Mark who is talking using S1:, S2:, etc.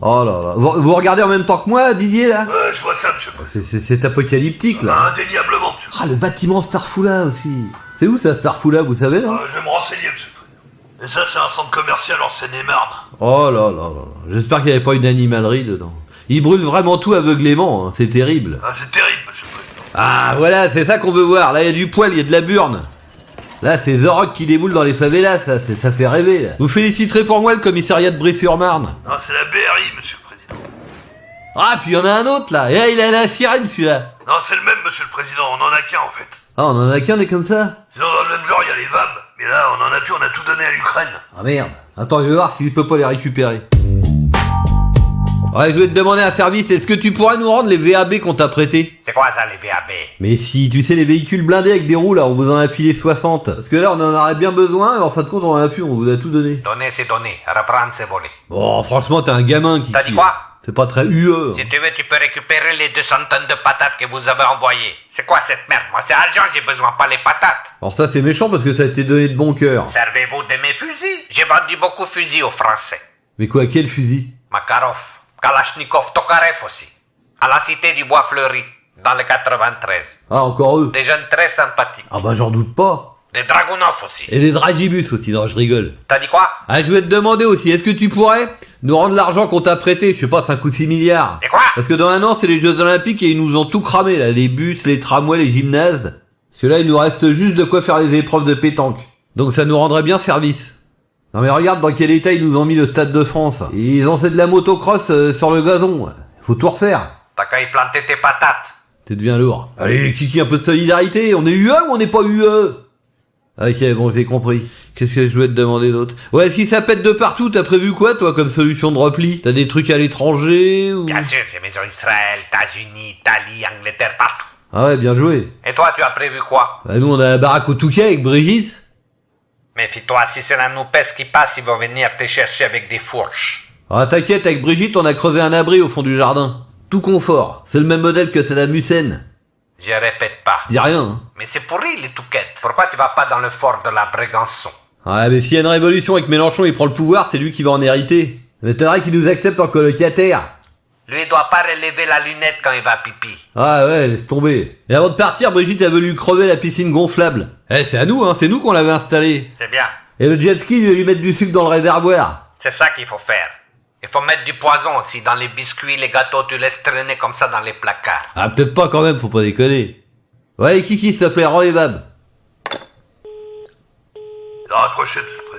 S1: Oh là là. Vous, vous regardez en même temps que moi, Didier, là
S2: Ouais, je vois ça, monsieur.
S1: C'est- C'est c'est apocalyptique, là.
S2: Bah, indéniablement, monsieur.
S1: Ah, le bâtiment Starfoula aussi. C'est où ça, Starfoula, vous savez, non
S2: Euh, je vais me renseigner, monsieur. Et ça, c'est un centre commercial en Seine-et-Marne.
S1: Oh là là là là. J'espère qu'il n'y avait pas une animalerie dedans. Ils brûlent vraiment tout aveuglément, hein. c'est terrible.
S2: Ah, c'est terrible, monsieur le président.
S1: Ah voilà, c'est ça qu'on veut voir. Là, il y a du poil, il y a de la burne. Là, c'est Zorok qui déboule dans les favelas, ça, c'est- ça fait rêver. Là. Vous féliciterez pour moi le commissariat de Brie-sur-Marne.
S2: Ah, c'est la BRI, monsieur le président.
S1: Ah, puis il y en a un autre là. Eh, il a la sirène celui-là.
S2: Non, c'est le même, monsieur le président. On en a qu'un, en fait.
S1: Ah, on en a qu'un des comme ça.
S2: Sinon, dans le même genre, il y a les VAB. Mais là, on en a plus, on a tout donné à l'Ukraine.
S1: Ah merde. Attends, je vais voir s'il peut pas les récupérer. Ouais, je vais te demander un service. Est-ce que tu pourrais nous rendre les VAB qu'on t'a prêtés
S3: C'est quoi ça les VAB
S1: Mais si, tu sais, les véhicules blindés avec des roues là, on vous en a filé 60. Parce que là, on en aurait bien besoin, et en fin de compte, on en a plus, on vous a tout donné.
S3: Donner c'est donner, reprendre c'est voler.
S1: Bon, Oh, franchement, t'es un gamin qui.
S3: T'as dit quoi
S1: C'est pas très UE. hein.
S3: Si tu veux, tu peux récupérer les 200 tonnes de patates que vous avez envoyées. C'est quoi cette merde Moi, c'est argent, j'ai besoin, pas les patates.
S1: Alors ça, c'est méchant parce que ça a été donné de bon cœur.
S3: Servez-vous de mes fusils J'ai vendu beaucoup de fusils aux Français.
S1: Mais quoi, quel fusil
S3: Makarov, Kalachnikov, Tokarev aussi. À la cité du Bois Fleuri, dans le 93.
S1: Ah, encore eux.
S3: Des jeunes très sympathiques.
S1: Ah bah j'en doute pas.
S3: Des Dragunov aussi.
S1: Et des dragibus aussi, non, je rigole.
S3: T'as dit quoi
S1: Ah, je voulais te demander aussi, est-ce que tu pourrais nous rendre l'argent qu'on t'a prêté, je sais pas, 5 ou 6 milliards
S3: Et quoi
S1: Parce que dans un an, c'est les Jeux Olympiques et ils nous ont tout cramé, là, les bus, les tramways, les gymnases. Parce que là, il nous reste juste de quoi faire les épreuves de pétanque. Donc ça nous rendrait bien service. Non mais regarde dans quel état ils nous ont mis le Stade de France. Ils ont fait de la motocross euh, sur le gazon. Faut tout refaire.
S3: T'as qu'à y planter tes patates.
S1: Tu deviens lourd. Allez, Kiki, un peu de solidarité. On est UE ou on n'est pas UE Ok, bon, j'ai compris. Qu'est-ce que je voulais te demander d'autre Ouais, si ça pète de partout, t'as prévu quoi, toi, comme solution de repli T'as des trucs à l'étranger ou...
S3: Bien sûr, j'ai maison Israël, États-Unis, Italie, Angleterre, partout.
S1: Ah ouais, bien joué.
S3: Et toi, tu as prévu quoi
S1: Bah, nous, on a la baraque au Touquet avec Brigitte.
S3: Méfie-toi, si c'est la noupesse qui passe, ils vont venir te chercher avec des fourches.
S1: Ah, t'inquiète, avec Brigitte, on a creusé un abri au fond du jardin. Tout confort. C'est le même modèle que celle à Mucène.
S3: Je répète pas.
S1: Dis rien, hein.
S3: Mais c'est pourri, les touquettes. Pourquoi tu vas pas dans le fort de la Brégançon
S1: Ouais, Ah, mais s'il y a une révolution et que Mélenchon, il prend le pouvoir, c'est lui qui va en hériter. Mais t'as qu'il nous accepte en colocataire.
S3: Lui, il doit pas relever la lunette quand il va pipi.
S1: Ah ouais, laisse tomber. Et avant de partir, Brigitte a voulu crever la piscine gonflable. Eh, c'est à nous, hein, c'est nous qu'on l'avait installée.
S3: C'est bien.
S1: Et le jet ski, il veut lui mettre du sucre dans le réservoir.
S3: C'est ça qu'il faut faire. Il faut mettre du poison aussi dans les biscuits, les gâteaux, tu laisses traîner comme ça dans les placards.
S1: Ah, peut-être pas quand même, faut pas déconner. Ouais, Kiki, s'il te plaît, rends les babes.
S2: Il a raccroché, monsieur le président.